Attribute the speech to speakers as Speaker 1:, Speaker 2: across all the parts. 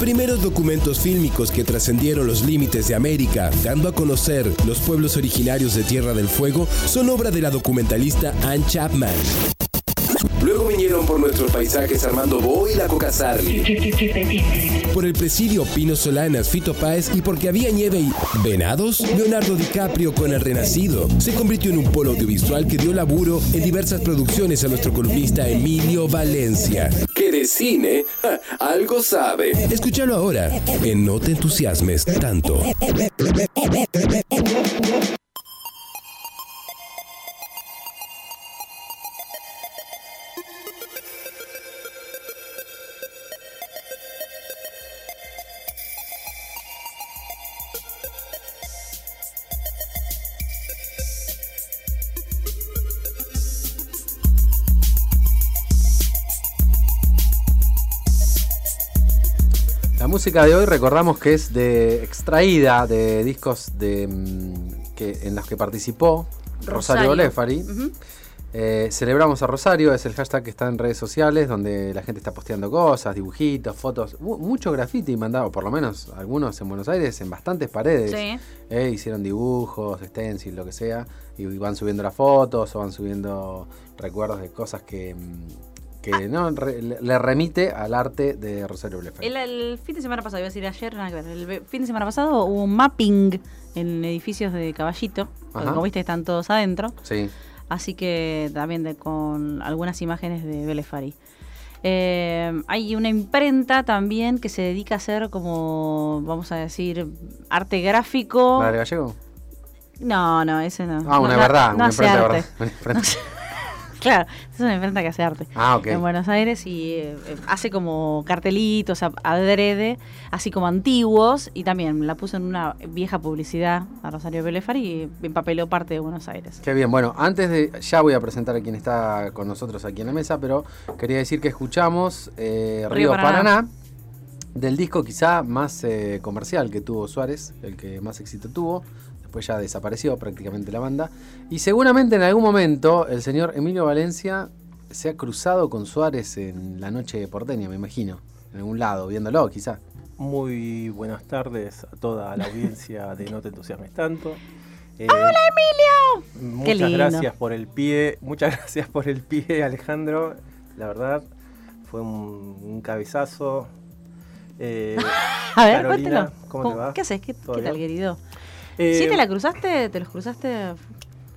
Speaker 1: primeros documentos fílmicos que trascendieron los límites de América, dando a conocer los pueblos originarios de Tierra del Fuego, son obra de la documentalista Anne Chapman. Luego vinieron por nuestros paisajes Armando Bo y la Coca Sarli. Por el presidio Pino Solanas, Fito Páez y porque había nieve y venados, Leonardo DiCaprio con El Renacido se convirtió en un polo audiovisual que dio laburo en diversas producciones a nuestro columnista Emilio Valencia. Que de cine ja, algo sabe. Escúchalo ahora en No te entusiasmes tanto.
Speaker 2: La música de hoy recordamos que es de extraída de discos de, mm, que, en los que participó Rosario
Speaker 3: Rosario.
Speaker 2: Olefari.
Speaker 3: Ujú.
Speaker 2: Eh, celebramos a Rosario, es el hashtag que está en redes sociales donde la gente está posteando cosas, dibujitos, fotos, Mu- mucho graffiti mandado, por lo menos algunos en Buenos Aires, en bastantes paredes.
Speaker 3: Sí.
Speaker 2: Eh, hicieron dibujos, stencil, lo que sea, y van subiendo las fotos o van subiendo recuerdos de cosas que, mm, que no, re- le le remite al arte de Rosario Olefari.
Speaker 3: El, el fin de semana pasado, iba a decir ayer, nada que ver, el fin de semana pasado hubo un mapping en edificios de Caballito, porque
Speaker 2: Ajá.
Speaker 3: como viste están todos adentro,
Speaker 2: Sí.
Speaker 3: así que también de- con algunas imágenes de Belefari. hay una imprenta también que se dedica a hacer como, vamos a decir, arte gráfico.
Speaker 2: ¿La del gallego?
Speaker 3: No, no, ese Oh. no.
Speaker 2: Ah,
Speaker 3: No,
Speaker 2: una
Speaker 3: no-
Speaker 2: verdad,
Speaker 3: no
Speaker 2: una
Speaker 3: hace
Speaker 2: imprenta de
Speaker 3: arte.
Speaker 2: verdad. Una imprenta.
Speaker 3: Claro, es una imprenta que hace arte.
Speaker 2: Ah, ok.
Speaker 3: en Buenos Aires y eh, eh, hace como cartelitos a- adrede, así como antiguos, y también la puso en una vieja publicidad a Rosario Belefar y empapeló parte de Buenos Aires.
Speaker 2: Qué bien, bueno, antes de. Ya voy a presentar a quien está con nosotros aquí en la mesa, pero quería decir que escuchamos eh, Río,
Speaker 3: Río
Speaker 2: Paraná.
Speaker 3: Paraná.
Speaker 2: del disco quizá más eh, comercial que tuvo Suárez, el que más éxito tuvo. Después ya desapareció prácticamente la banda. Y seguramente en algún momento el señor Emilio Valencia se ha cruzado con Suárez en la noche porteña, me imagino. En algún lado, viéndolo quizá.
Speaker 4: Muy buenas tardes a toda la audiencia de No Te Entusiasmes Tanto. Eh,
Speaker 3: ¡Hola, Emilio!
Speaker 4: Muchas
Speaker 3: Qué lindo.
Speaker 4: gracias por el pie, muchas gracias por el pie, Alejandro. La verdad, fue un, un cabezazo. Eh,
Speaker 3: A ver,
Speaker 4: Carolina,
Speaker 3: cuéntalo.
Speaker 4: ¿cómo te va?
Speaker 3: ¿Qué haces? ¿Qué,
Speaker 4: ¿Todo
Speaker 3: qué tal,
Speaker 4: bien?
Speaker 3: querido?
Speaker 4: eh,
Speaker 3: ¿Sí te la cruzaste? ¿Te los cruzaste?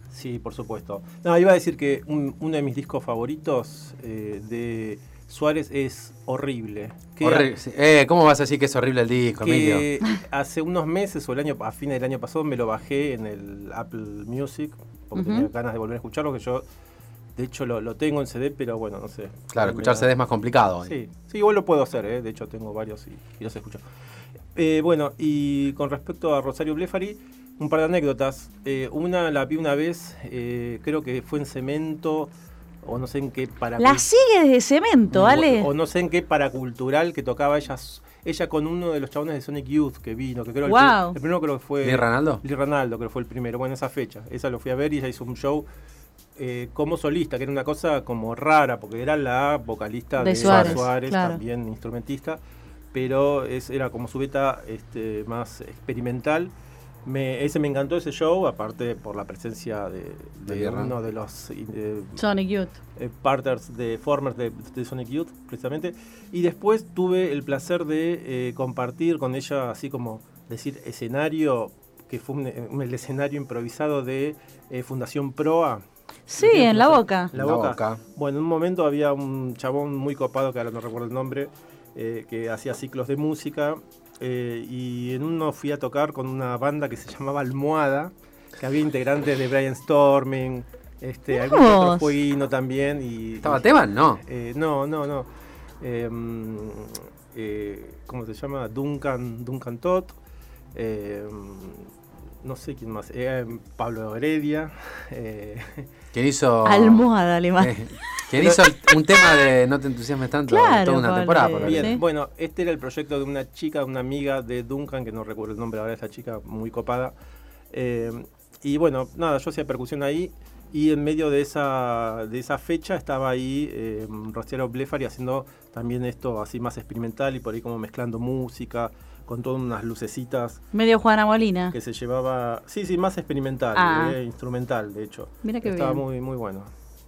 Speaker 4: Sí, por supuesto. No, iba a decir que un- uno de mis discos favoritos eh, de Suárez es Horrible. Que-
Speaker 2: Horrible, sí. Eh, ¿Cómo vas a decir que es horrible el disco, Emilio?
Speaker 4: que hace unos meses o el año a fines del año pasado me lo bajé en el Apple Music porque
Speaker 3: Ujú.
Speaker 4: tenía ganas de volver a escucharlo que yo de hecho lo, lo tengo en CD pero bueno no sé
Speaker 2: Claro,
Speaker 4: Me-
Speaker 2: escuchar CD es más complicado. eh.
Speaker 4: sí sí igual lo puedo hacer ¿eh? de hecho tengo varios y, y los escucho Eh, bueno y con respecto a Rosario Blefari un par de anécdotas Eh, una la vi una vez eh, creo que fue en cemento o no sé en qué para
Speaker 3: La sigue desde cemento, ¿vale?
Speaker 4: o no sé en qué paracultural que tocaba ella, ella con uno de los chabones de Sonic Youth que vino, que creo el,
Speaker 3: Guau.
Speaker 4: pri- el primero creo que fue
Speaker 2: ¿Lee Ranaldo?
Speaker 4: Lee Ranaldo, creo que fue el primero, bueno, esa fecha, esa lo fui a ver y ella hizo un show eh, como solista, que era una cosa como rara, porque era la vocalista
Speaker 3: De
Speaker 4: de,
Speaker 3: Suárez,
Speaker 4: Suárez,
Speaker 3: claro.
Speaker 4: también instrumentista, pero es, era como su beta este, más experimental. Me, ese me encantó ese show, aparte por la presencia de,
Speaker 2: De
Speaker 4: de
Speaker 2: Lee Ranaldo.
Speaker 4: uno de los eh,
Speaker 3: Sonic Youth.
Speaker 4: eh, partners de Formers de, de Sonic Youth, precisamente. Y después tuve el placer de eh, compartir con ella, así como decir, escenario, que fue un, un- el escenario improvisado de eh, Fundación Proa.
Speaker 3: Sí, en la boca.
Speaker 4: La
Speaker 2: La
Speaker 4: boca.
Speaker 2: Boca.
Speaker 4: Bueno, en un momento había un chabón muy copado, que ahora no recuerdo el nombre, eh, que hacía ciclos de música. eh, y en uno fui a tocar con una banda que se llamaba Almohada, que había integrantes de Brian Storming, este,
Speaker 3: Mirá
Speaker 4: algún otro
Speaker 3: vos.
Speaker 4: jueguino también. Y,
Speaker 2: ¿Estaba
Speaker 4: y-
Speaker 2: Teban? No.
Speaker 4: eh, no, no, no. Eh, mm, eh, ¿Cómo se llama? Duncan, Duncan Todd. eh, mm, no sé quién más. Eh, Pablo Heredia. eh,
Speaker 2: ¿Quién hizo.
Speaker 3: Almohada, le manda.
Speaker 2: Eh, ¿Quién hizo el- un tema de No te entusiasmes tanto?
Speaker 3: Claro,
Speaker 2: toda una
Speaker 3: Pablo.
Speaker 2: temporada. por lo
Speaker 4: Bien,
Speaker 2: menos.
Speaker 3: Sí.
Speaker 4: bueno, este era el proyecto de una chica, de una amiga de Duncan, que no recuerdo el nombre ahora, esta chica muy copada. Eh, y bueno, nada, yo hacía percusión ahí Y en medio de esa, de esa fecha estaba ahí eh, Rostero Blefari haciendo también esto así más experimental y por ahí como mezclando música con todas unas lucecitas
Speaker 3: Medio Juana Molina.
Speaker 4: que se llevaba. Sí, sí, más experimental,
Speaker 3: Ah.
Speaker 4: eh, instrumental, de hecho.
Speaker 3: Mira qué
Speaker 4: estaba
Speaker 3: bien.
Speaker 4: muy, muy bueno.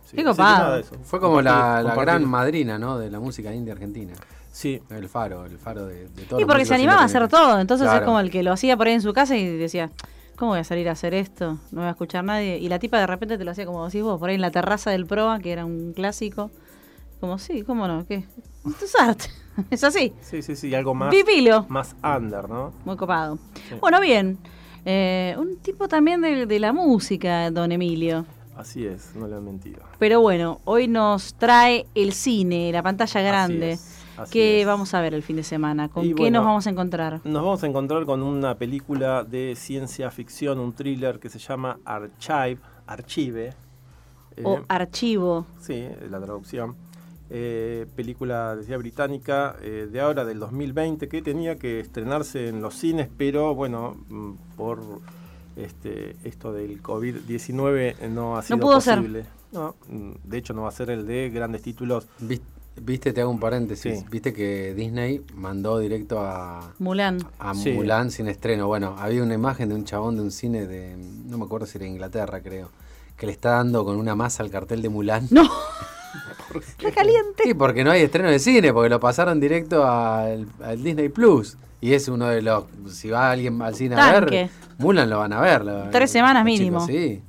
Speaker 4: Sí,
Speaker 3: Qué
Speaker 4: así que
Speaker 3: copado.
Speaker 4: nada de eso.
Speaker 2: Fue como la,
Speaker 4: Compartir,
Speaker 2: la
Speaker 4: compartir.
Speaker 2: gran madrina, ¿no? De la música india argentina.
Speaker 4: Sí,
Speaker 2: El faro, el faro de, de todo.
Speaker 3: Y porque se animaba a hacer todo, entonces
Speaker 2: Claro.
Speaker 3: es como el que lo hacía por ahí en su casa y decía, ¿cómo voy a salir a hacer esto? No me va a escuchar nadie. Y la tipa de repente te lo hacía como decís vos, por ahí en la terraza del Proa, que era un clásico. Como, sí, ¿cómo no? ¿Qué? Esto es arte. Es así.
Speaker 4: sí, sí, sí, algo más,
Speaker 3: Vivilo.
Speaker 4: más under, ¿no?
Speaker 3: Muy copado.
Speaker 4: Sí.
Speaker 3: Bueno, bien. Eh, un tipo también de, de la música, don Emilio.
Speaker 4: Así es, no le han mentido.
Speaker 3: Pero bueno, hoy nos trae el cine, la pantalla grande. ¿Qué vamos a ver el fin de semana? ¿Con
Speaker 4: Y
Speaker 3: qué
Speaker 4: bueno,
Speaker 3: nos vamos a encontrar?
Speaker 4: Nos vamos a encontrar con una película de ciencia ficción, un thriller que se llama Archive, Archive. eh,
Speaker 3: o archivo.
Speaker 4: sí, la traducción. Eh, película, decía, británica eh, de ahora, del 2020, que tenía que estrenarse en los cines, pero bueno, mm, por este, esto del COVID-19 no ha sido
Speaker 3: pudo ser.
Speaker 4: posible. No, mm, de hecho no va a ser el de grandes títulos
Speaker 2: Viste, te hago un paréntesis.
Speaker 4: Sí.
Speaker 2: Viste que Disney mandó directo a,
Speaker 3: Mulan.
Speaker 2: a
Speaker 4: Sí.
Speaker 2: Mulan sin estreno. Bueno, había una imagen de un chabón de un cine de. No me acuerdo si era Inglaterra, creo. Que le está dando con una masa al cartel de Mulan.
Speaker 3: No. Recaliente.
Speaker 2: Sí, porque no hay estreno de cine, porque lo pasaron directo al, al Disney Plus. Y es uno de los. Si va alguien al cine a
Speaker 3: Tanque.
Speaker 2: ver, Mulan lo van a ver. lo-
Speaker 3: Tres semanas
Speaker 2: los chicos,
Speaker 3: mínimo.
Speaker 2: sí,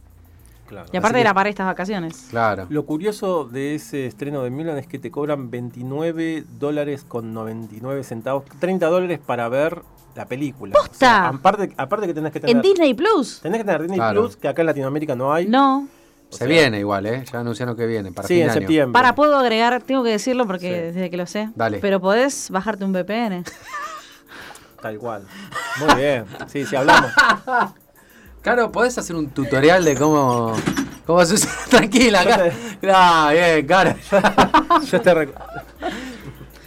Speaker 4: claro.
Speaker 3: Y aparte
Speaker 2: que-
Speaker 3: era para estas vacaciones.
Speaker 2: claro.
Speaker 4: Lo curioso de ese estreno de Mulan es que te cobran 29 dólares con 99 centavos, 30 dólares para ver la película. O sea, aparte, aparte que tenés que tener...
Speaker 3: En Disney Plus.
Speaker 4: Tenés que tener Disney
Speaker 2: Claro.
Speaker 4: Plus, que acá en Latinoamérica no hay.
Speaker 3: No.
Speaker 2: Se
Speaker 4: sea-
Speaker 2: viene igual, ¿eh? Ya anunciaron que viene. Para
Speaker 4: sí,
Speaker 2: fin
Speaker 4: en
Speaker 2: de año.
Speaker 4: septiembre.
Speaker 3: Para, puedo agregar, tengo que decirlo porque
Speaker 4: Sí.
Speaker 3: desde que lo sé.
Speaker 2: Dale.
Speaker 3: Pero podés bajarte un VPN.
Speaker 4: Tal cual. Muy bien. Sí, sí, hablamos.
Speaker 2: Claro, ¿podés hacer un tutorial de cómo. cómo se usa? Tranquila,
Speaker 4: Yo
Speaker 2: acá. Claro, bien, cara.
Speaker 4: Yo te, rec-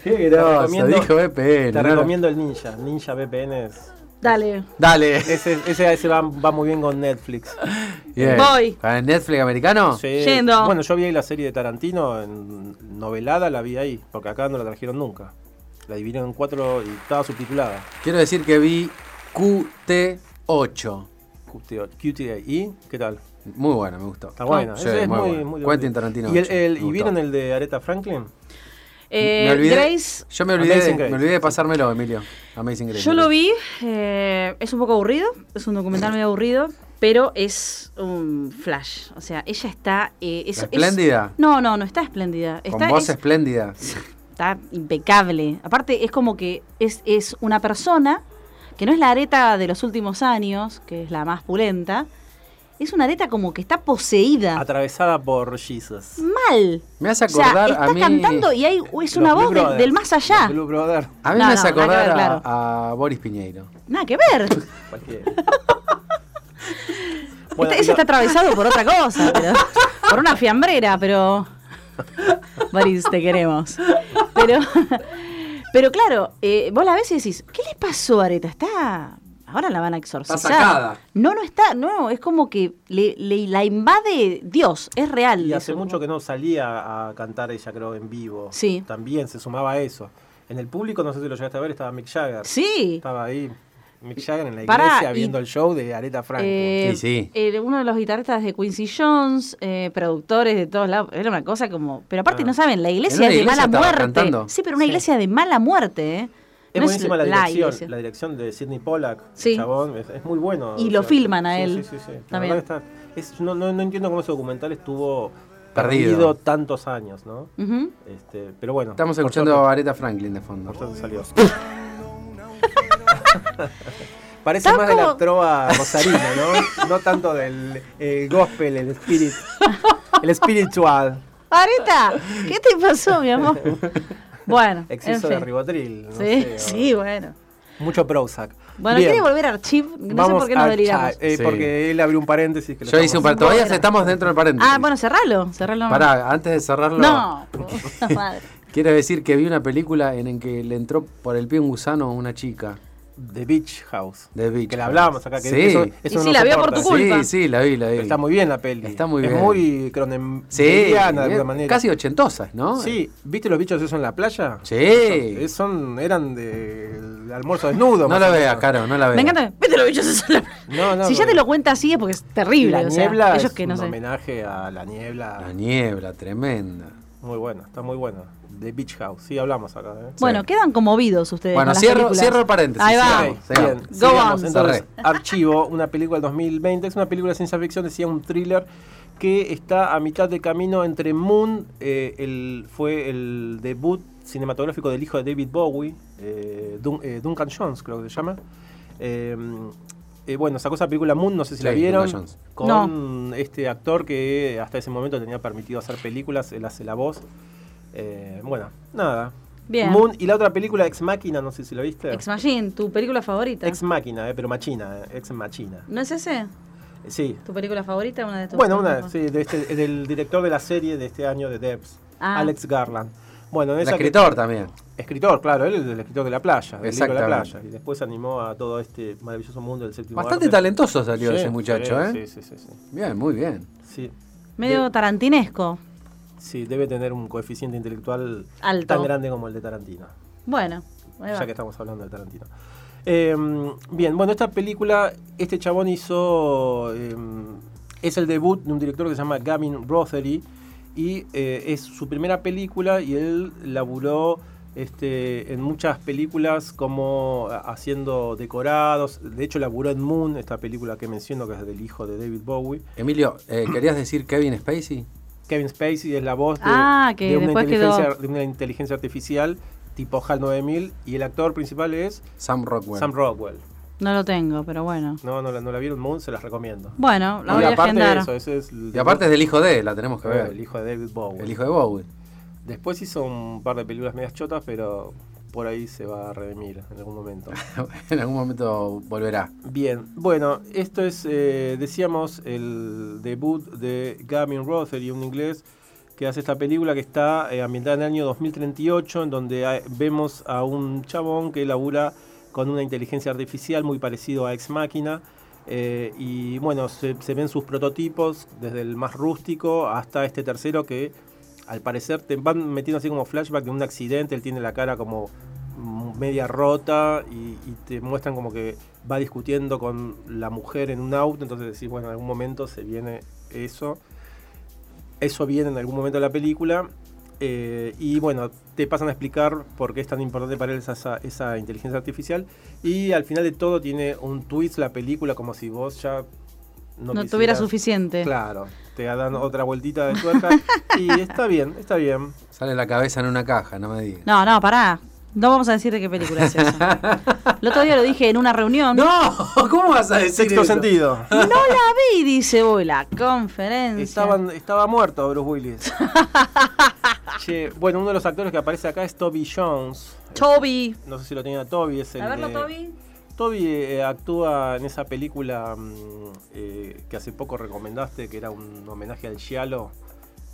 Speaker 2: Qué
Speaker 4: te
Speaker 2: groso,
Speaker 4: recomiendo-
Speaker 2: dijo VPN.
Speaker 4: te
Speaker 2: ¿no?
Speaker 4: recomiendo el Ninja. Ninja VPN es...
Speaker 3: Dale.
Speaker 2: Dale.
Speaker 4: Ese, ese, ese va, va muy bien con Netflix.
Speaker 2: Bien.
Speaker 3: Voy.
Speaker 2: ¿Para el Netflix americano?
Speaker 4: Sí.
Speaker 3: Yendo.
Speaker 4: Bueno, yo vi ahí la serie de Tarantino, en novelada la vi ahí, porque acá no la trajeron nunca. La dividieron en cuatro y estaba subtitulada.
Speaker 2: Quiero decir que vi QT8.
Speaker 4: QTA. QTA. ¿Y qué tal?
Speaker 2: Muy bueno, me gustó.
Speaker 4: Está
Speaker 3: Ah.
Speaker 4: buena.
Speaker 2: Sí,
Speaker 4: Ese es
Speaker 2: muy
Speaker 4: muy, muy,
Speaker 2: bueno.
Speaker 4: divertido.
Speaker 2: Quentin Tarantino
Speaker 4: ¿Y, el-
Speaker 2: ocho,
Speaker 4: el-
Speaker 2: me
Speaker 4: ¿y
Speaker 2: gustó.
Speaker 4: vieron el de Aretha Franklin?
Speaker 3: Eh,
Speaker 2: Me olvidé-
Speaker 3: Grace,
Speaker 2: Yo me olvidé,
Speaker 4: Amazing
Speaker 2: me
Speaker 4: Grace.
Speaker 2: olvidé de pasármelo, Emilio. Amazing Grace.
Speaker 3: yo lo vi. eh, es un poco aburrido. Es un documental medio aburrido. Pero es un flash. O sea, ella está. eh, es, es-
Speaker 2: ¿Espléndida?
Speaker 3: no, no, no está espléndida.
Speaker 2: Con
Speaker 3: Está,
Speaker 2: voz
Speaker 3: es-
Speaker 2: espléndida.
Speaker 3: está impecable. Aparte, es como que es, es una persona que no es la areta de los últimos años, que es la más pulenta. Es una areta como que está poseída.
Speaker 4: Atravesada por Jesus.
Speaker 3: Mal.
Speaker 2: Me hace
Speaker 3: O sea,
Speaker 2: acordar
Speaker 3: está
Speaker 2: a mí.
Speaker 3: cantando y hay, es
Speaker 4: Los
Speaker 3: una
Speaker 4: Blue
Speaker 3: voz de-
Speaker 4: Brothers.
Speaker 3: del más
Speaker 4: Los
Speaker 3: allá.
Speaker 4: Blue Brothers.
Speaker 2: A mí me
Speaker 3: No, no,
Speaker 2: hace
Speaker 3: nada que ver,
Speaker 2: acordar a-
Speaker 3: claro.
Speaker 2: a, Boris Piñeiro.
Speaker 3: Nada que ver.
Speaker 4: Cualquiera. Bueno,
Speaker 3: Este- ese
Speaker 4: y
Speaker 3: está
Speaker 4: lo-
Speaker 3: atravesado por otra cosa, pero- por una fiambrera, pero. Boris, te queremos. Pero, pero claro, eh, vos la ves y decís, ¿qué le pasó a Areta? Está. Ahora la van a exorcizar.
Speaker 2: Está sacada.
Speaker 3: No, no está, no, es como que le, le- la invade Dios, es real.
Speaker 4: Y hace
Speaker 3: eso.
Speaker 4: mucho que no salía a cantar ella, creo, en vivo.
Speaker 3: Sí.
Speaker 4: También se sumaba a eso. En el público, no sé si lo llegaste a ver, estaba Mick Jagger.
Speaker 3: Sí.
Speaker 4: Estaba ahí Mick Jagger en la
Speaker 3: Pará,
Speaker 4: iglesia
Speaker 3: y-
Speaker 4: viendo el show de Aretha Franklin.
Speaker 3: Eh,
Speaker 2: Sí, sí.
Speaker 3: eh, uno de los guitarristas de Quincy Jones, eh, productores de todos lados, era una cosa como. Pero aparte,
Speaker 4: Ah.
Speaker 3: no saben, la iglesia
Speaker 2: En una
Speaker 3: es de
Speaker 2: iglesia
Speaker 3: mala
Speaker 2: estaba
Speaker 3: muerte.
Speaker 2: cantando.
Speaker 3: Sí, pero una
Speaker 4: Sí.
Speaker 3: iglesia de mala muerte, ¿eh?
Speaker 4: es
Speaker 3: No
Speaker 4: buenísima la dirección,
Speaker 3: iglesia.
Speaker 4: la dirección de Sidney Pollack, el
Speaker 3: Sí.
Speaker 4: chabón, es, es muy bueno.
Speaker 3: Y
Speaker 4: o
Speaker 3: lo
Speaker 4: sea,
Speaker 3: filman a
Speaker 4: sí,
Speaker 3: él.
Speaker 4: Sí, sí, sí. La
Speaker 3: También.
Speaker 4: verdad que está- es- no, no- no entiendo cómo ese documental estuvo
Speaker 2: Perdido.
Speaker 4: perdido, tantos años, ¿no?
Speaker 3: Ujú.
Speaker 4: Este, pero bueno.
Speaker 2: Estamos
Speaker 4: por
Speaker 2: escuchando
Speaker 4: suerte-
Speaker 2: a Aretha Franklin de fondo.
Speaker 4: por suerte salió. Parece
Speaker 3: Está
Speaker 4: más de
Speaker 3: como-
Speaker 4: la trova rosarina, ¿no? No tanto del eh, gospel, el spirit, el espiritual.
Speaker 3: Areta, ¿qué te pasó, mi amor? Bueno,
Speaker 4: Exceso
Speaker 3: en
Speaker 4: de
Speaker 3: fin.
Speaker 4: ribotril. no
Speaker 3: Sí,
Speaker 4: sé, o-
Speaker 3: sí, bueno.
Speaker 4: Mucho Prozac.
Speaker 3: Bueno,
Speaker 4: Bien.
Speaker 3: quiere volver a Archive, no sé
Speaker 4: Vamos
Speaker 3: por qué nos
Speaker 4: a-
Speaker 3: deliramos.
Speaker 4: eh,
Speaker 2: Sí.
Speaker 4: Porque él abrió un paréntesis. Que lo
Speaker 2: Yo hice un
Speaker 4: estamos-
Speaker 2: par. Todavía
Speaker 3: Bueno.
Speaker 2: estamos dentro del paréntesis.
Speaker 3: Ah, bueno, cerralo, cerralo.
Speaker 2: Pará, antes de cerrarlo,
Speaker 3: No, puta madre.
Speaker 2: quiero decir que vi una película en la que le entró por el pie un gusano a una chica.
Speaker 4: The Beach House.
Speaker 2: The Beach
Speaker 4: que la
Speaker 2: House.
Speaker 4: hablábamos acá. Que
Speaker 2: Sí.
Speaker 4: eso,
Speaker 2: Y
Speaker 4: eso
Speaker 3: sí,
Speaker 4: no
Speaker 3: la
Speaker 4: se
Speaker 3: veo por
Speaker 4: corta.
Speaker 3: tu culpa.
Speaker 2: Sí, sí, la vi, la vi.
Speaker 4: Pero Está muy bien la peli.
Speaker 2: Está muy bien.
Speaker 4: Es muy cronemeriana de
Speaker 2: bien,
Speaker 4: alguna manera.
Speaker 2: Casi ochentosas, ¿no? eh.
Speaker 4: Sí, ¿viste los bichos esos en la playa?
Speaker 2: Sí.
Speaker 4: Esos- Son, eran del almuerzo desnudo.
Speaker 2: No
Speaker 4: más
Speaker 2: la
Speaker 4: o menos.
Speaker 2: veas, Caro, no la veas.
Speaker 3: Me encanta. Vete los bichos esos.
Speaker 4: No, no,
Speaker 3: si ya
Speaker 4: no.
Speaker 3: te lo cuenta así es porque es
Speaker 4: Y
Speaker 3: terrible.
Speaker 4: La
Speaker 3: o sea,
Speaker 4: niebla
Speaker 3: ellos
Speaker 4: es
Speaker 3: que
Speaker 4: un
Speaker 3: no sé.
Speaker 4: homenaje a la niebla.
Speaker 2: La niebla, tremenda.
Speaker 4: Muy buena, está muy buena. The Beach House, sí, hablamos acá. ¿eh?
Speaker 3: Bueno, quedan conmovidos ustedes.
Speaker 2: Bueno,
Speaker 3: con las
Speaker 2: cierro,
Speaker 3: películas.
Speaker 2: cierro el paréntesis.
Speaker 3: Ahí va.
Speaker 2: Sigamos,
Speaker 4: Ok,
Speaker 2: sigamos.
Speaker 4: bien,
Speaker 3: Go
Speaker 4: sigamos.
Speaker 3: on.
Speaker 4: Entonces,
Speaker 2: Cerré.
Speaker 4: Archivo, una película del 2020, es una película de ciencia ficción, decía un thriller que está a mitad de camino entre Moon, eh, el, fue el debut cinematográfico del hijo de David Bowie, eh, Dun- eh, Duncan Jones creo que se llama. Eh, eh, bueno, sacó esa película Moon, no sé si la
Speaker 2: Sí,
Speaker 4: vieron,
Speaker 2: Duncan Jones.
Speaker 4: con este actor que hasta ese momento tenía permitido hacer películas, él hace la voz. Eh, bueno, nada.
Speaker 3: Bien.
Speaker 4: Moon y la otra película Ex Máquina, no sé si la viste.
Speaker 3: Ex Machine, tu película favorita.
Speaker 4: Ex máquina, eh, pero machina, eh, ex machina.
Speaker 3: ¿No es ese?
Speaker 4: Eh, Sí.
Speaker 3: ¿Tu película favorita? Una de tus
Speaker 4: Bueno, una,
Speaker 3: favoritas?
Speaker 4: sí, de este- eh, del director de la serie de este año de Debs,
Speaker 3: Ah.
Speaker 4: Alex Garland. Bueno, en
Speaker 2: El
Speaker 4: esa que-
Speaker 2: escritor también.
Speaker 4: escritor, claro, él es el escritor de la playa, del libro de la
Speaker 2: Exactamente.
Speaker 4: playa. Y después animó a todo este maravilloso mundo del séptimo
Speaker 2: Bastante
Speaker 4: arte.
Speaker 2: talentoso salió
Speaker 4: Sí,
Speaker 2: ese muchacho,
Speaker 4: sí,
Speaker 2: ¿eh?
Speaker 4: Sí, sí, sí. sí.
Speaker 2: Bien, muy bien.
Speaker 4: Sí,
Speaker 3: Medio tarantinesco.
Speaker 4: sí, debe tener un coeficiente intelectual
Speaker 3: Alto.
Speaker 4: tan grande como el de Tarantino.
Speaker 3: Bueno, ahí va.
Speaker 4: ya que estamos hablando de Tarantino. Eh, bien, bueno, esta película, este chabón hizo. eh, es el debut de un director que se llama Gavin Rothery. Y eh, es su primera película y él laburó este, en muchas películas como a- haciendo decorados. De hecho, laburó en Moon, esta película que menciono, que es del hijo de David Bowie.
Speaker 2: Emilio, eh, ¿querías decir Kevin Spacey?
Speaker 4: Kevin Spacey es la voz de,
Speaker 3: Ah, que
Speaker 4: de una,
Speaker 3: después quedó-
Speaker 4: inteligencia, de una inteligencia artificial tipo HAL 9000 y el actor principal es
Speaker 2: Sam Rockwell.
Speaker 4: Sam Rockwell.
Speaker 3: No lo tengo, pero bueno.
Speaker 4: No, no, la- no la vieron Moon, se las recomiendo.
Speaker 3: Bueno, la
Speaker 4: Y
Speaker 3: voy a
Speaker 4: aparte
Speaker 3: agendar.
Speaker 4: de eso, ese es el,
Speaker 2: y aparte es del hijo de él, la tenemos que ver.
Speaker 4: el hijo de David Bowie.
Speaker 2: El hijo de Bowie.
Speaker 4: Después hizo un par de películas medias chotas, pero por ahí se va a redimir en algún momento.
Speaker 2: en algún momento volverá.
Speaker 4: Bien, bueno, esto es, eh, decíamos, el debut de Gavin Rothery, un inglés que hace esta película que está eh, ambientada en el año 2038, en donde hay- vemos a un chabón que labura con una inteligencia artificial muy parecido a Ex Máquina. eh, y bueno, se, se ven sus prototipos, desde el más rústico hasta este tercero que al parecer te van metiendo así como flashback de un accidente, él tiene la cara como mm, media rota y, y te muestran como que va discutiendo con la mujer en un auto, entonces decís, bueno, en algún momento se viene eso, eso viene en algún momento de la película eh, y bueno, te pasan a explicar por qué es tan importante para él esa- esa, esa inteligencia artificial y al final de todo tiene un twist la película como si vos ya
Speaker 3: no tuviera
Speaker 4: quisieras-
Speaker 3: suficiente.
Speaker 4: Claro, te
Speaker 3: Mm.
Speaker 4: dan otra vueltita de tuerca y está bien, está bien.
Speaker 2: Sale la cabeza en una caja, no me digas.
Speaker 3: No, no, pará. No vamos a decir de qué película es eso. El otro día lo dije en una reunión.
Speaker 2: No, ¿cómo vas a decir
Speaker 4: Sexto
Speaker 2: eso?
Speaker 4: sentido.
Speaker 3: No la vi, dice hoy la conferencia.
Speaker 4: Estaban, estaba muerto Bruce Willis. Che, bueno, uno de los actores que aparece acá es Toby Jones.
Speaker 3: Toby.
Speaker 4: No sé si lo tenía Toby. Es el
Speaker 3: A verlo,
Speaker 4: de-
Speaker 3: Toby.
Speaker 4: Toby eh, actúa en esa película mm, eh, que hace poco recomendaste, que era un homenaje al Giallo.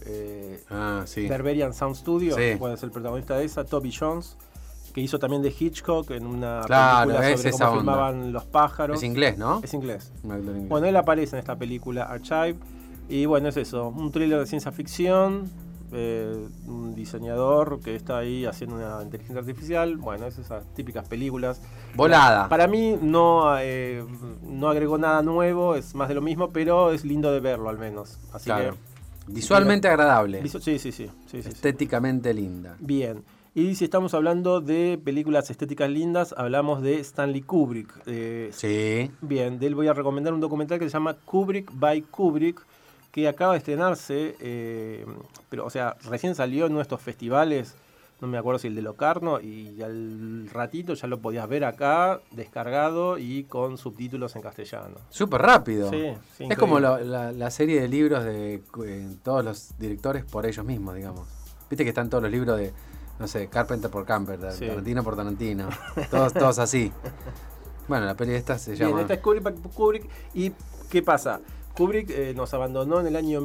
Speaker 4: eh,
Speaker 2: Ah, sí.
Speaker 4: Berberian Sound Studio,
Speaker 2: Sí.
Speaker 4: bueno, es el protagonista de esa, Toby Jones, que hizo también de Hitchcock en una
Speaker 2: Claro,
Speaker 4: película
Speaker 2: es
Speaker 4: sobre
Speaker 2: esa
Speaker 4: cómo
Speaker 2: onda.
Speaker 4: filmaban los pájaros.
Speaker 2: Es inglés, ¿no?
Speaker 4: Es inglés.
Speaker 2: Un actor inglés.
Speaker 4: Bueno, él aparece en esta película, Archive, y bueno, es eso, un thriller de ciencia ficción, eh, un diseñador que está ahí haciendo una inteligencia artificial, bueno, es esas típicas películas.
Speaker 2: Volada.
Speaker 4: Para mí no, eh, no agregó nada nuevo, es más de lo mismo, pero es lindo de verlo al menos. Así
Speaker 2: Claro.
Speaker 4: Mira.
Speaker 2: Visualmente
Speaker 4: que...
Speaker 2: agradable.
Speaker 4: visu- Sí, sí, sí. sí, sí, sí.
Speaker 2: Estéticamente linda.
Speaker 4: Bien. Y si estamos hablando de películas estéticas lindas, hablamos de Stanley Kubrick. Eh,
Speaker 2: Sí.
Speaker 4: Bien, de él voy a recomendar un documental que se llama Kubrick by Kubrick, que acaba de estrenarse, eh, pero, o sea, recién salió en nuestros festivales, no me acuerdo si el de Locarno, y al ratito ya lo podías ver acá, descargado y con subtítulos en castellano.
Speaker 2: Súper rápido.
Speaker 4: Sí, sí,
Speaker 2: es
Speaker 4: increíble.
Speaker 2: como lo- la, la serie de libros de eh, todos los directores por ellos mismos, digamos. Viste que están todos los libros de, no sé, Carpenter por Carpenter,
Speaker 4: Sí.
Speaker 2: Tarantino por Tarantino. Todos, todos así. Bueno, la peli esta se
Speaker 4: Bien,
Speaker 2: llama.
Speaker 4: esta es Kubrick by Kubrick, y ¿qué pasa? Kubrick eh, nos abandonó en el año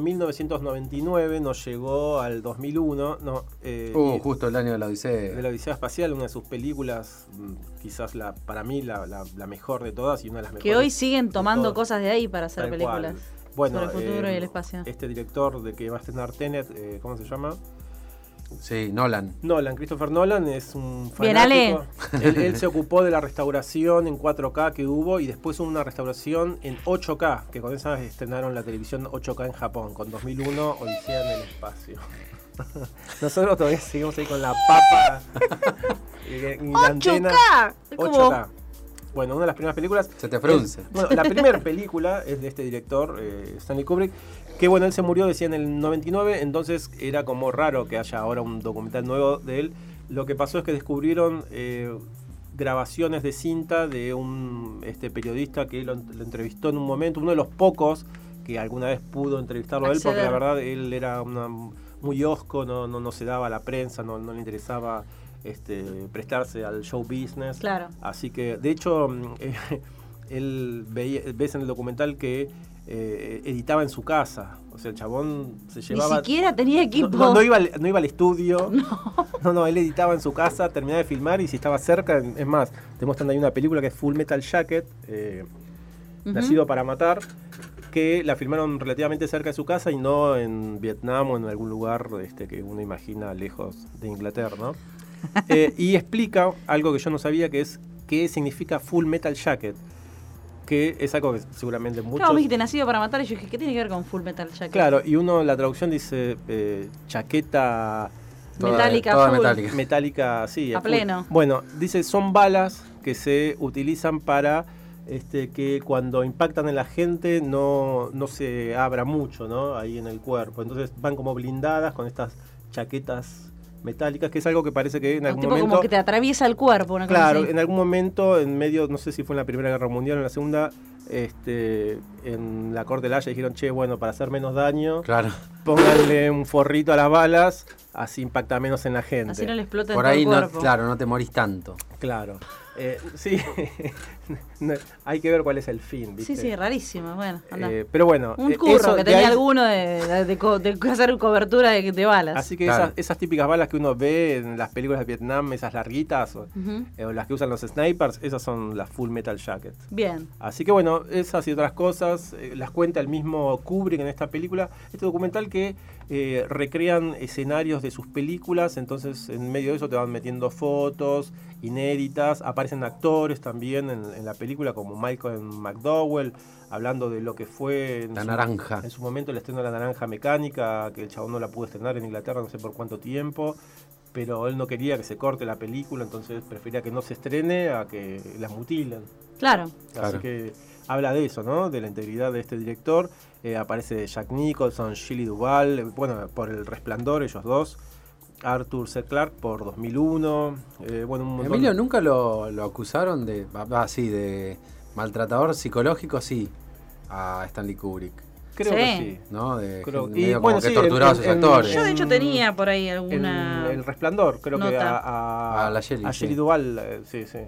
Speaker 4: 1999, nos llegó al 2001. No, eh,
Speaker 2: Uh,
Speaker 4: y-
Speaker 2: justo el año de la Odisea.
Speaker 4: de la Odisea Espacial, una de sus películas, mm, quizás la, para mí la, la- la mejor de todas y una de las mejores.
Speaker 3: Que hoy siguen tomando
Speaker 4: todo.
Speaker 3: cosas de ahí para hacer
Speaker 4: Tal cual.
Speaker 3: películas.
Speaker 4: Bueno,
Speaker 3: sobre el futuro
Speaker 4: eh,
Speaker 3: y el espacio.
Speaker 4: Este director de que va a estrenar Tenet, eh, ¿cómo se llama?
Speaker 2: Sí, Nolan.
Speaker 4: Nolan, Christopher Nolan es un fanático.
Speaker 3: Bien, Ale.
Speaker 4: Él, él se ocupó de la restauración en 4K que hubo y después hubo una restauración en 8K, que con esa estrenaron la televisión 8K en Japón, con 2001 Odisea en el espacio. Nosotros todavía seguimos ahí con la papa y, y la antena.
Speaker 3: 8K. Es como-
Speaker 4: 8K. Bueno, una de las primeras películas.
Speaker 2: Se te frunce.
Speaker 4: Bueno, la primera película es de este director, eh, Stanley Kubrick, que bueno, él se murió, decía, en el 99, entonces era como raro que haya ahora un documental nuevo de él. Lo que pasó es que descubrieron eh, grabaciones de cinta de un este, periodista que lo, lo entrevistó en un momento, uno de los pocos que alguna vez pudo entrevistarlo a él, porque la
Speaker 3: Acceder.
Speaker 4: verdad él era una- muy osco, no, no, no se daba a la prensa, no, no le interesaba este, prestarse al show business.
Speaker 3: Claro.
Speaker 4: Así que, de hecho, mm, eh, él veía, ves en el documental que eh, editaba en su casa. O sea, el chabón se llevaba.
Speaker 3: Ni siquiera tenía
Speaker 4: no,
Speaker 3: equipo.
Speaker 4: no- no iba al, no iba al estudio. No. no, él editaba en su casa, terminaba de filmar y si estaba cerca, en- es más, te muestran ahí una película que es Full Metal Jacket, eh,
Speaker 3: Ujú.
Speaker 4: Nacido para Matar, que la filmaron relativamente cerca de su casa y no en Vietnam o en algún lugar este, que uno imagina lejos de Inglaterra, ¿no? Eh, y explica algo que yo no sabía, que es qué significa Full Metal Jacket, que es algo que seguramente muchos...
Speaker 3: Claro, me dijiste nacido para matar y yo dije, ¿qué tiene que ver con Full Metal Jacket?
Speaker 4: Claro, y uno en la traducción dice eh, chaqueta
Speaker 2: Toda-
Speaker 3: Metallica
Speaker 2: toda
Speaker 3: full.
Speaker 2: metálica.
Speaker 4: metálica, sí.
Speaker 3: A
Speaker 4: full.
Speaker 3: pleno.
Speaker 4: Bueno, dice, son balas que se utilizan para este, que cuando impactan en la gente no, no se abra mucho, ¿no? Ahí en el cuerpo. Entonces van como blindadas con estas chaquetas metálicas, que es algo que parece que en
Speaker 3: Un
Speaker 4: algún
Speaker 3: tipo
Speaker 4: momento...
Speaker 3: como que te atraviesa el cuerpo, una cosa
Speaker 4: Claro,
Speaker 3: así.
Speaker 4: en algún momento, en medio, no sé si fue en la Primera Guerra Mundial o en la Segunda, este, en la Corte de la Haya dijeron, che, bueno, para hacer menos daño,
Speaker 2: Claro.
Speaker 4: pónganle un forrito a las balas, así impacta menos en la gente.
Speaker 3: Así no le explota en
Speaker 2: Por
Speaker 3: todo
Speaker 2: ahí
Speaker 3: el
Speaker 2: no,
Speaker 3: cuerpo.
Speaker 2: claro, no te morís tanto.
Speaker 4: Claro. Eh, sí, No, hay que ver cuál es el fin, ¿viste?
Speaker 3: Sí, sí, rarísimo. Bueno, anda.
Speaker 4: Eh, pero bueno,
Speaker 3: un
Speaker 4: eh,
Speaker 3: curro
Speaker 4: eso
Speaker 3: que
Speaker 4: de
Speaker 3: tenía
Speaker 4: ahí-
Speaker 3: alguno de, de- de co- de hacer cobertura de, de balas.
Speaker 4: Así que
Speaker 2: Claro.
Speaker 4: esas, esas típicas balas que uno ve en las películas de Vietnam, esas larguitas, o,
Speaker 3: Ujú.
Speaker 4: eh, o las que usan los snipers, esas son las Full Metal Jacket.
Speaker 3: Bien.
Speaker 4: Así que bueno, esas y otras cosas eh, las cuenta el mismo Kubrick en esta película, este documental que eh, recrean escenarios de sus películas, entonces en medio de eso te van metiendo fotos inéditas, aparecen actores también en, en la película como Michael McDowell hablando de lo que fue en
Speaker 2: La
Speaker 4: su-
Speaker 2: naranja.
Speaker 4: en su momento el estreno de la naranja mecánica, que el chabón no la pudo estrenar en Inglaterra no sé por cuánto tiempo, pero él no quería que se corte la película, entonces prefería que no se estrene a que las mutilen.
Speaker 3: Claro.
Speaker 4: Así
Speaker 2: Claro.
Speaker 4: que habla de eso, ¿no? De la integridad de este director. Eh, aparece Jack Nicholson, Shelley Duvall, eh, bueno, por El Resplandor, ellos dos. Arthur C. Clarke por 2001. eh, bueno, un montón.
Speaker 2: Emilio, ¿nunca lo, lo acusaron de, así de maltratador psicológico? Sí, a Stanley Kubrick,
Speaker 4: Creo
Speaker 3: Sí.
Speaker 4: que sí.
Speaker 2: ¿no? De
Speaker 4: Creo-
Speaker 2: gen-
Speaker 4: y,
Speaker 2: medio
Speaker 4: bueno,
Speaker 2: como que
Speaker 4: sí,
Speaker 2: torturaba a
Speaker 4: en-
Speaker 2: sus
Speaker 4: en-
Speaker 2: actores.
Speaker 3: Yo de hecho
Speaker 4: En-
Speaker 3: tenía por ahí
Speaker 4: El,
Speaker 3: alguna...
Speaker 4: el Resplandor, creo que
Speaker 3: nota.
Speaker 4: a, a,
Speaker 2: A la Shelley,
Speaker 4: a
Speaker 2: sí.
Speaker 4: Duvall, eh, sí, sí.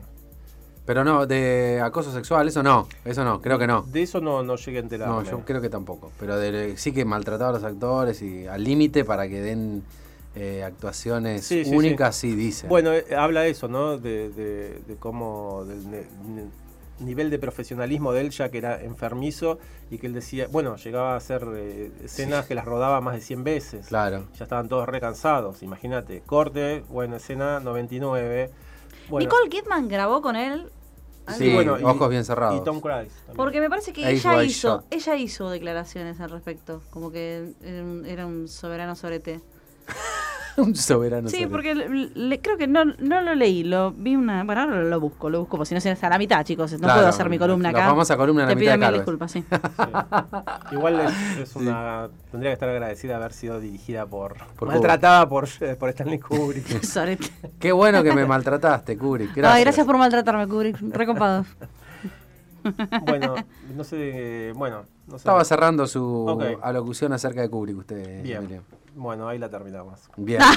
Speaker 2: Pero no, de acoso sexual, eso no, eso no, creo que no.
Speaker 4: De eso no, no llegué a enterarme.
Speaker 2: No, yo creo que tampoco. Pero de- sí que maltrataba a los actores y al límite para que den eh, actuaciones
Speaker 4: Sí, sí,
Speaker 2: únicas, sí, dicen.
Speaker 4: Bueno, eh, habla eso, ¿no? De, de- de cómo. del ne- ne- nivel de profesionalismo de él, ya que era enfermizo y que él decía. Bueno, llegaba a hacer eh, escenas que las rodaba más de 100 veces.
Speaker 2: claro.
Speaker 4: Ya estaban todos recansados, imagínate. Corte, bueno, escena 99. Bueno,
Speaker 3: Nicole Kidman grabó con él. algo.
Speaker 2: Sí,
Speaker 4: bueno, y-
Speaker 2: ojos bien cerrados.
Speaker 4: Y Tom Cruise. también.
Speaker 3: Porque me parece que
Speaker 2: Eyes
Speaker 3: ella
Speaker 2: Wide
Speaker 3: hizo,
Speaker 2: Shut.
Speaker 3: ella hizo declaraciones al respecto, como que era un, era un soberano sobre té.
Speaker 2: Un soberano.
Speaker 3: Sí,
Speaker 2: soberano.
Speaker 3: porque le- le- creo que no, no lo leí, lo vi una, bueno, ahora lo busco, lo busco, porque si no se hasta la mitad, chicos, no
Speaker 2: Claro,
Speaker 3: puedo hacer mi columna
Speaker 2: la
Speaker 3: acá.
Speaker 2: famosa columna de la
Speaker 3: Te
Speaker 2: mitad de
Speaker 3: pido mil
Speaker 2: Carver.
Speaker 3: disculpas, sí.
Speaker 4: Sí. Igual
Speaker 2: Ah,
Speaker 4: es, es una. Tendría que estar agradecida de haber sido dirigida por.
Speaker 2: Por
Speaker 4: maltratada por, por Stanley Kubrick.
Speaker 3: Sorete.
Speaker 2: Qué bueno que me maltrataste, Kubrick. Gracias.
Speaker 3: Ay, gracias por maltratarme, Kubrick, recompado.
Speaker 4: bueno, no sé. Bueno, no sé.
Speaker 2: Estaba cerrando su
Speaker 4: Ok.
Speaker 2: alocución acerca de Kubrick usted,
Speaker 4: Bien.
Speaker 2: Emilio.
Speaker 4: Bueno, ahí la terminamos.
Speaker 2: Bien.
Speaker 3: Ah.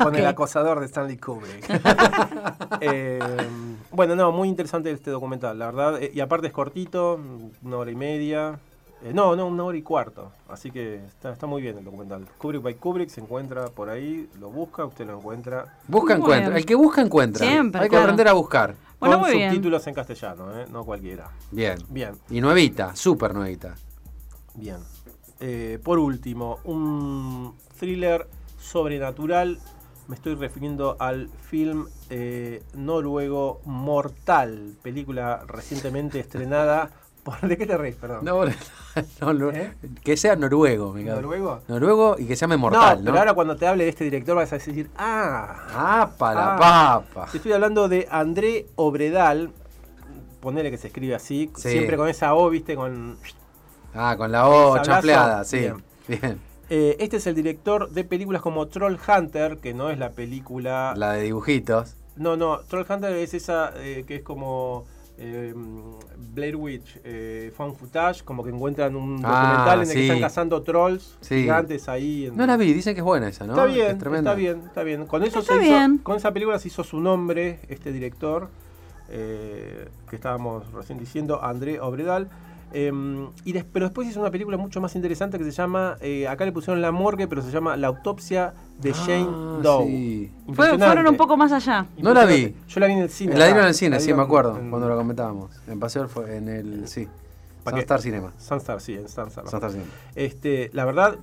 Speaker 4: Con el acosador de Stanley Kubrick. Eh, bueno, no, muy interesante este documental, la verdad. Eh, Y aparte es cortito, una hora y media. Eh, no, no, una hora y cuarto. Así que está, está muy bien el documental. Kubrick by Kubrick se encuentra por ahí, lo busca, usted lo encuentra
Speaker 2: Busca,
Speaker 3: Bueno.
Speaker 2: encuentra. El que busca, encuentra.
Speaker 3: Siempre,
Speaker 2: Hay que
Speaker 3: claro.
Speaker 2: aprender a buscar.
Speaker 3: Bueno,
Speaker 4: con
Speaker 3: muy bien.
Speaker 4: subtítulos en castellano, ¿eh? no cualquiera.
Speaker 2: Bien.
Speaker 4: Bien,
Speaker 2: Y nuevita, súper nuevita.
Speaker 4: bien. Eh, por último, un thriller sobrenatural. Me estoy refiriendo al film eh, noruego Mortal, película recientemente estrenada. por- ¿De qué te reís? Perdón.
Speaker 2: No, no, no,
Speaker 4: ¿Eh?
Speaker 2: Que sea noruego, me cago.
Speaker 4: ¿Noruego?
Speaker 2: Noruego y que se llame
Speaker 4: no,
Speaker 2: mortal, ¿no?
Speaker 4: pero ahora cuando te hable de este director vas a decir, ah,
Speaker 2: Ah, para
Speaker 4: Ah.
Speaker 2: papa.
Speaker 4: Te estoy hablando de André Obredal. Ponele que se escribe así,
Speaker 2: Sí.
Speaker 4: siempre con esa O, viste, con.
Speaker 2: Ah, con la O
Speaker 4: Sablazo.
Speaker 2: chafleada, sí.
Speaker 4: Bien.
Speaker 2: Bien.
Speaker 4: Eh, este es el director de películas como Troll Hunter, que no es la película.
Speaker 2: La de dibujitos.
Speaker 4: No, no, Troll Hunter es esa eh, que es como. eh, Blair Witch, eh, Found Footage, como que encuentran un
Speaker 2: Ah,
Speaker 4: documental en el que
Speaker 2: sí.
Speaker 4: están cazando trolls
Speaker 2: Sí.
Speaker 4: gigantes ahí. En...
Speaker 2: No la vi, dicen que es buena esa, ¿no?
Speaker 4: Está
Speaker 2: Que es
Speaker 4: bien,
Speaker 2: tremenda.
Speaker 4: está bien, está bien. Con eso
Speaker 3: Está
Speaker 4: se
Speaker 3: bien.
Speaker 4: hizo, con esa película se hizo su nombre, este director, eh, que estábamos recién diciendo, André Obredal. Eh, y des- pero después hizo una película mucho más interesante que se llama, eh, acá le pusieron La Morgue, pero se llama La Autopsia de
Speaker 2: Ah,
Speaker 4: Jane Doe.
Speaker 2: sí.
Speaker 3: Fue-
Speaker 4: Impresionante.
Speaker 3: fueron un poco más allá.
Speaker 2: No la vi.
Speaker 4: Impresionante. Yo la vi en el cine.
Speaker 2: La dieron en
Speaker 4: acá.
Speaker 2: el cine,
Speaker 4: Ah, La
Speaker 2: sí,
Speaker 4: dieron
Speaker 2: me acuerdo,
Speaker 4: en- Eh,
Speaker 2: cuando lo comentábamos. En paseo fue en el. Sí.
Speaker 4: ¿Pa qué?
Speaker 2: Sunstar Cinema.
Speaker 4: Sunstar, sí, en Sunstar.
Speaker 2: Sunstar Cinema.
Speaker 4: Este, la verdad,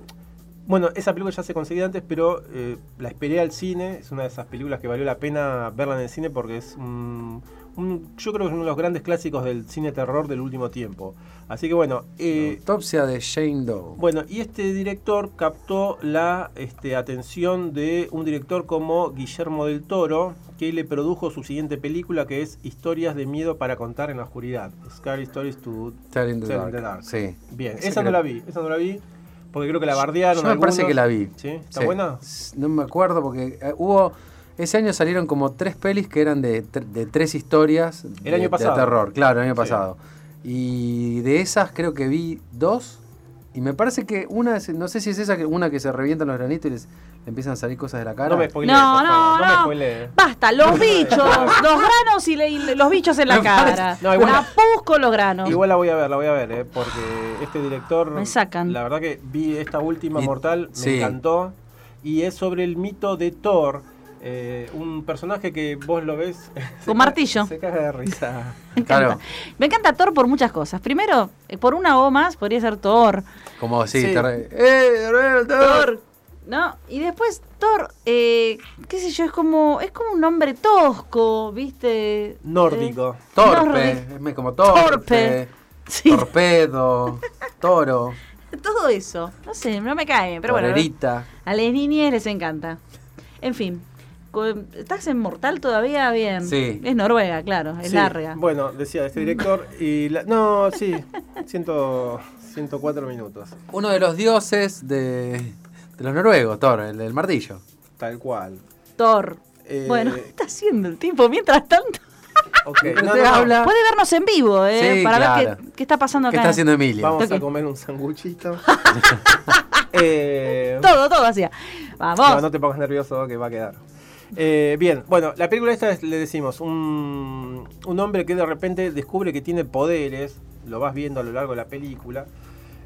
Speaker 4: bueno, esa película ya se conseguía antes, pero eh, la esperé al cine. Es una de esas películas que valió la pena verla en el cine porque es un, un- yo creo que es uno de los grandes clásicos del cine terror del último tiempo. Así que bueno, eh,
Speaker 2: Autopsia de Shane Doe.
Speaker 4: bueno, y este director captó la este, atención de un director como Guillermo del Toro, que le produjo su siguiente película que es Historias de miedo para contar en la oscuridad. Scary Stories to
Speaker 2: Tell in the
Speaker 4: Tell
Speaker 2: Dark.
Speaker 4: in the Dark.
Speaker 2: Sí.
Speaker 4: Bien,
Speaker 2: Esa
Speaker 4: esa no
Speaker 2: creo-
Speaker 4: la vi, esa no la vi, porque creo que la bardearon.
Speaker 2: Yo me parece
Speaker 4: algunos.
Speaker 2: que la vi.
Speaker 4: ¿Sí? ¿Está
Speaker 2: Sí.
Speaker 4: buena?
Speaker 2: S- No me acuerdo porque eh, hubo. Ese año salieron como tres pelis que eran de, tre- de tres historias de,
Speaker 4: año
Speaker 2: de
Speaker 4: pasado.
Speaker 2: terror, claro, el año
Speaker 4: Sí.
Speaker 2: pasado. Y de esas creo que vi dos. Y me parece que una, es- no sé si es esa, que una que se revientan los granitos y les, le empiezan a salir cosas de la cara.
Speaker 4: No me spoilees,
Speaker 3: No,
Speaker 4: por favor,
Speaker 3: no,
Speaker 4: no me
Speaker 3: no.
Speaker 4: spoilees.
Speaker 3: Basta, los bichos, los granos y, le- y los bichos en la
Speaker 2: Me parece-
Speaker 3: cara.
Speaker 4: No, igual-
Speaker 3: La pus con los granos.
Speaker 4: Igual la voy a ver, la voy a ver, eh, porque este director.
Speaker 3: Me sacan.
Speaker 4: La verdad que vi esta última
Speaker 2: Y-
Speaker 4: mortal, me
Speaker 2: sí.
Speaker 4: encantó. Y es sobre el mito de Thor, eh, un personaje que vos lo ves. se ca-
Speaker 3: martillo.
Speaker 4: Se caga de risa.
Speaker 2: Claro,
Speaker 3: Me encanta Thor por muchas cosas. Primero, eh, por una O más podría ser Thor.
Speaker 2: como sí,
Speaker 4: Sí.
Speaker 2: te re- ¡Eh, Ariel, Thor!
Speaker 3: ¿No? Y después, Thor, eh, qué sé yo, es como, es como un nombre tosco, ¿viste?
Speaker 4: Nórdico.
Speaker 3: Eh,
Speaker 2: Torpe,
Speaker 3: nórdico.
Speaker 2: es me- como
Speaker 3: Torpe.
Speaker 2: torpe,
Speaker 3: Sí,
Speaker 2: torpedo, toro,
Speaker 3: todo eso. No sé, no me cae, pero bueno.
Speaker 2: torerita.
Speaker 3: A las niñas les encanta. En fin, co- ¿estás en Mortal todavía? Bien.
Speaker 2: Sí.
Speaker 3: Es Noruega, claro, es
Speaker 4: Sí,
Speaker 3: larga.
Speaker 4: Bueno, decía este director. y la- No, sí, ciento- 104 minutos.
Speaker 2: Uno de los dioses de, de los noruegos, Thor, el del martillo.
Speaker 4: Tal cual.
Speaker 3: Thor.
Speaker 4: Eh,
Speaker 3: Bueno, ¿qué está haciendo el tipo? Mientras tanto,
Speaker 4: Ok,
Speaker 2: Usted habla.
Speaker 3: puede vernos en vivo, ¿eh?
Speaker 2: Sí,
Speaker 3: para ver
Speaker 2: claro.
Speaker 3: qué, qué está pasando
Speaker 2: ¿Qué
Speaker 3: acá.
Speaker 2: está haciendo Emilio?
Speaker 4: Vamos a
Speaker 3: Ok.
Speaker 4: comer un sanguchito. Eh,
Speaker 3: Todo, todo hacía.
Speaker 4: no,
Speaker 3: Vamos.
Speaker 4: no te pongas nervioso que va a quedar. Eh, bien, bueno, la película esta es, le decimos, un, un hombre que de repente descubre que tiene poderes, lo vas viendo a lo largo de la película,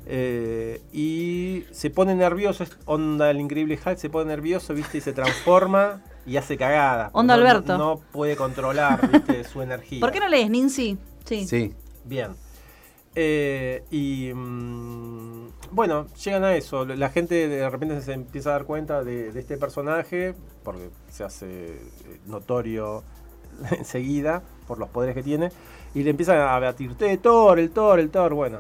Speaker 4: eh, y se pone nervioso, es onda el increíble Hulk, se pone nervioso, viste, y se transforma y hace cagada.
Speaker 3: Onda
Speaker 4: No-
Speaker 3: Alberto.
Speaker 4: No, puede controlar, viste, su energía.
Speaker 3: ¿Por qué no lees Nincy? Sí.
Speaker 2: Sí.
Speaker 4: Bien. Eh, y mm, bueno, llegan a eso. La gente de repente se empieza a dar cuenta de, de este personaje, porque se hace eh, notorio enseguida por los poderes que tiene, y le empiezan a batir, "Te, Thor, el Thor, el Thor, bueno.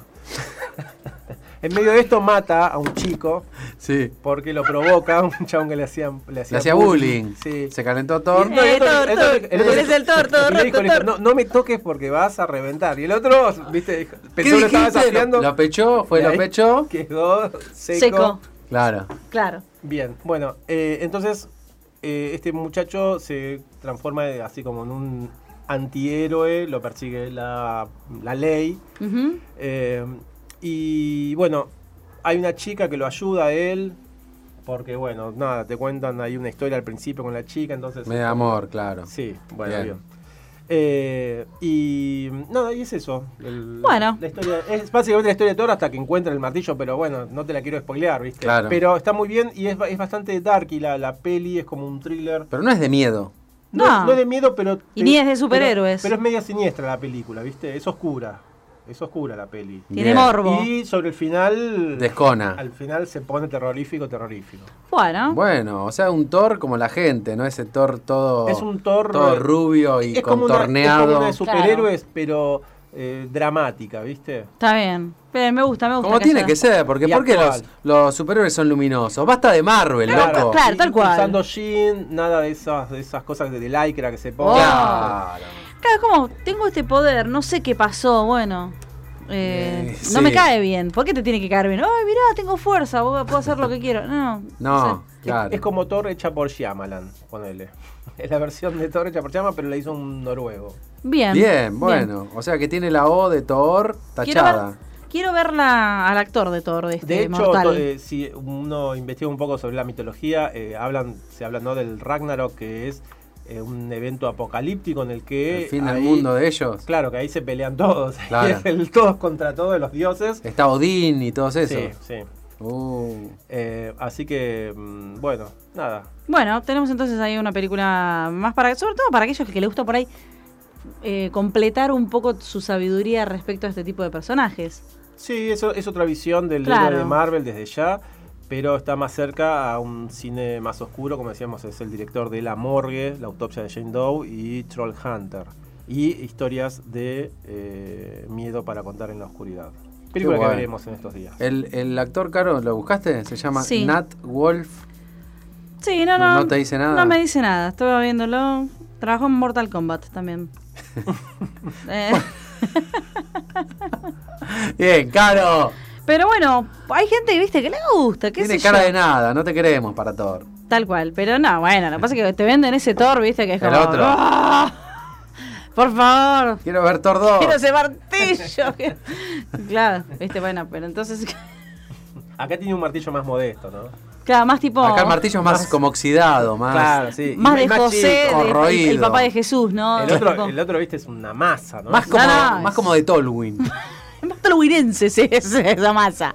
Speaker 4: en medio de esto mata a un chico,
Speaker 2: Sí.
Speaker 4: porque lo provoca, un chabón que le hacían le
Speaker 2: Le
Speaker 4: hacía
Speaker 2: hacía bullying.
Speaker 4: Sí.
Speaker 2: Se calentó Thor.
Speaker 4: No, el otro-
Speaker 3: Eh, Thor,
Speaker 4: el otro-
Speaker 3: Thor,
Speaker 4: el otro-
Speaker 3: eres el Thor, Thor,
Speaker 4: y le dijo,
Speaker 3: Thor,
Speaker 4: le dijo,
Speaker 3: Thor.
Speaker 4: no, no me toques porque vas a reventar. Y el otro, viste, dijo- pensó que lo estaba
Speaker 2: dijiste?
Speaker 4: desafiando.
Speaker 2: Lo pechó, fue
Speaker 4: Y
Speaker 2: lo
Speaker 4: ahí
Speaker 2: pechó.
Speaker 4: Quedó seco.
Speaker 3: Seco,
Speaker 2: Claro.
Speaker 3: claro.
Speaker 4: Bien, bueno, eh, entonces eh, este muchacho se transforma eh, así como en un antihéroe, lo persigue la, la ley.
Speaker 3: Ujú.
Speaker 4: Eh, y bueno, hay una chica que lo ayuda a él. Porque bueno, nada, te cuentan, hay una historia al principio con la chica, entonces...
Speaker 2: Me da amor, claro.
Speaker 4: Sí, bueno,
Speaker 2: Bien.
Speaker 4: bien. Eh, y nada, y es eso. El-
Speaker 3: Bueno.
Speaker 4: La historia, es básicamente la historia de Thor hasta que encuentra el martillo, pero bueno, no te la quiero spoilear, ¿viste?
Speaker 2: Claro.
Speaker 4: Pero está muy bien y es, ba- es bastante dark y la, la peli es como un thriller.
Speaker 2: Pero no es de miedo.
Speaker 4: No,
Speaker 3: No.
Speaker 4: es- no es de miedo, pero...
Speaker 3: Y ni es de superhéroes.
Speaker 4: Pero, pero es media siniestra la película, ¿viste? Es oscura. Es oscura la peli.
Speaker 3: Tiene
Speaker 2: Bien.
Speaker 3: morbo.
Speaker 4: Y sobre el final...
Speaker 2: Descona.
Speaker 4: Al final se pone terrorífico, terrorífico.
Speaker 3: Bueno,
Speaker 2: Bueno, o sea, un Thor como la gente, ¿no? Ese Thor todo,
Speaker 4: Es un Thor... eh,
Speaker 2: todo rubio y
Speaker 4: es como una, es
Speaker 2: contorneado.
Speaker 4: como una de superhéroes, pero eh, dramática, ¿viste?
Speaker 3: está bien. Pero me gusta, me gusta.
Speaker 2: Como tiene que
Speaker 3: sea.
Speaker 2: ser, porque
Speaker 4: Y
Speaker 2: ¿por qué los,
Speaker 4: actual.
Speaker 2: los superhéroes son luminosos? Basta de Marvel, loco.
Speaker 3: claro,
Speaker 4: Y
Speaker 3: tal cual.
Speaker 4: Usando jean, nada de esas, de esas cosas de lycra que se ponen.
Speaker 3: Oh.
Speaker 2: Claro.
Speaker 3: Claro, es como, tengo este poder, no sé qué pasó, bueno. eh,
Speaker 2: Eh,
Speaker 3: No me
Speaker 2: sí.
Speaker 3: cae bien. ¿Por qué te tiene que caer bien? Ay, mirá, tengo fuerza, vos- puedo hacer lo que quiero. No,
Speaker 2: No,
Speaker 3: sé.
Speaker 4: Es-
Speaker 2: claro.
Speaker 4: Es como Thor hecha por Shyamalan, ponele. Es la versión de Thor hecha por Shyamalan, pero la hizo un noruego.
Speaker 3: Bien.
Speaker 2: Bien, bueno. O sea que tiene la O de Thor
Speaker 3: Quiero
Speaker 2: tachada.
Speaker 3: ver, quiero verla al actor de Thor, de este
Speaker 4: De hecho,
Speaker 3: mortal.
Speaker 4: to- eh, si uno investiga un poco sobre la mitología, eh, hablan, se habla ¿no? del Ragnarok, que es eh, un evento apocalíptico en el que...
Speaker 2: El fin del
Speaker 4: ahí-
Speaker 2: mundo de ellos.
Speaker 4: Claro, que ahí se pelean todos. Ahí
Speaker 2: Claro.
Speaker 4: es el todos contra todos de los dioses.
Speaker 2: Está Odín y todos esos.
Speaker 4: Sí, sí.
Speaker 2: Uh,
Speaker 4: Eh, así que, mm, bueno, nada.
Speaker 3: Bueno, tenemos entonces ahí una película más para, sobre todo para aquellos que les gusta por ahí eh, completar un poco su sabiduría respecto a este tipo de personajes.
Speaker 4: Sí, eso es otra visión del
Speaker 3: Claro.
Speaker 4: héroe de Marvel desde ya, pero está más cerca a un cine más oscuro, como decíamos, es el director de La Morgue, La Autopsia de Jane Doe y Troll Hunter. Y historias de eh, miedo para contar en la oscuridad. Película que
Speaker 2: bueno.
Speaker 4: veremos en estos días.
Speaker 2: el, el actor caro, ¿lo buscaste? Se llama
Speaker 3: Sí.
Speaker 2: Nat Wolf.
Speaker 3: Sí, no, no.
Speaker 2: ¿No te dice nada?
Speaker 3: No me dice nada. Estuve viéndolo. Trabajó en Mortal Kombat también. Eh,
Speaker 2: Bien, caro.
Speaker 3: pero bueno, hay gente, viste, que le gusta. ¿qué
Speaker 2: Tiene
Speaker 3: sé
Speaker 2: cara
Speaker 3: yo?
Speaker 2: de nada, no te queremos para Thor.
Speaker 3: Tal cual. Pero no, bueno, lo que pasa es que te venden ese Thor, viste, que es
Speaker 2: El
Speaker 3: como.
Speaker 2: otro.
Speaker 3: "Ah, Por favor.
Speaker 2: Quiero ver Thor 2.
Speaker 3: Quiero ese martillo. que-". claro, viste, bueno, pero entonces.
Speaker 4: Acá tiene un martillo más modesto, ¿no?
Speaker 3: Claro, más tipo.
Speaker 2: Acá el martillo es más como oxidado, más.
Speaker 4: sí.
Speaker 3: Más
Speaker 4: Y
Speaker 3: de José,
Speaker 2: chico,
Speaker 3: de- el,
Speaker 2: roído.
Speaker 3: el papá de Jesús, ¿no?
Speaker 4: El otro,
Speaker 3: Tipo,
Speaker 4: el otro, viste, es una masa, ¿no?
Speaker 2: Más como,
Speaker 3: No, no,
Speaker 2: más
Speaker 3: es-
Speaker 2: como de Tolwyn.
Speaker 3: Más tolhuidense es esa, esa masa.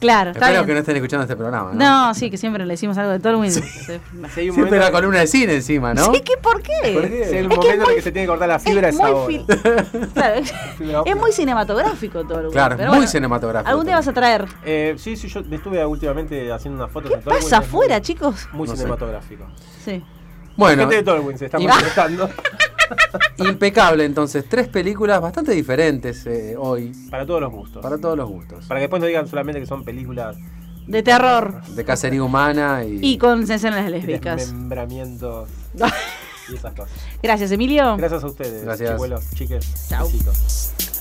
Speaker 3: claro, está
Speaker 2: Espero que no
Speaker 3: bien.
Speaker 2: estén escuchando este programa, ¿no?
Speaker 3: no... sí, que siempre le decimos algo de Tolwyn. Sí.
Speaker 4: Si hay un
Speaker 2: Siempre
Speaker 4: momento-
Speaker 2: la columna de cine encima, ¿no?
Speaker 3: ¿qué? ¿Por qué?
Speaker 2: ¿Por qué?
Speaker 4: si hay un
Speaker 3: Es que es
Speaker 4: momento en el
Speaker 3: muy-
Speaker 4: que se tiene que cortar la
Speaker 3: Es
Speaker 4: fibra es
Speaker 3: muy
Speaker 4: ahora.
Speaker 3: fil- Claro, es-
Speaker 4: Fibra óptica.
Speaker 3: es muy cinematográfico Tolwyn.
Speaker 2: Claro,
Speaker 3: pero
Speaker 2: muy
Speaker 3: bueno,
Speaker 2: cinematográfico.
Speaker 3: Algún día vas a traer.
Speaker 4: Eh, sí, sí, yo estuve últimamente haciendo unas fotos
Speaker 3: ¿Qué
Speaker 4: de Tolkien,
Speaker 3: pasa
Speaker 4: es muy-
Speaker 3: afuera, chicos?
Speaker 4: Muy
Speaker 2: No sé.
Speaker 4: cinematográfico.
Speaker 3: Sí.
Speaker 2: Bueno,
Speaker 4: Gente de Tolkien se está
Speaker 2: Y-
Speaker 4: manifestando.
Speaker 2: impecable entonces. Tres películas bastante diferentes eh, hoy,
Speaker 4: para todos los gustos.
Speaker 2: para todos los gustos.
Speaker 4: Para que después no digan solamente que son películas
Speaker 3: De terror.
Speaker 2: De cacería humana y...
Speaker 3: Y con escenas
Speaker 4: de
Speaker 3: lésbicas.
Speaker 4: desmembramientos y esas cosas.
Speaker 3: Gracias, Emilio.
Speaker 4: Gracias a ustedes,
Speaker 2: Gracias.
Speaker 4: chicuelos, chiques.
Speaker 3: Chau.
Speaker 4: Besitos.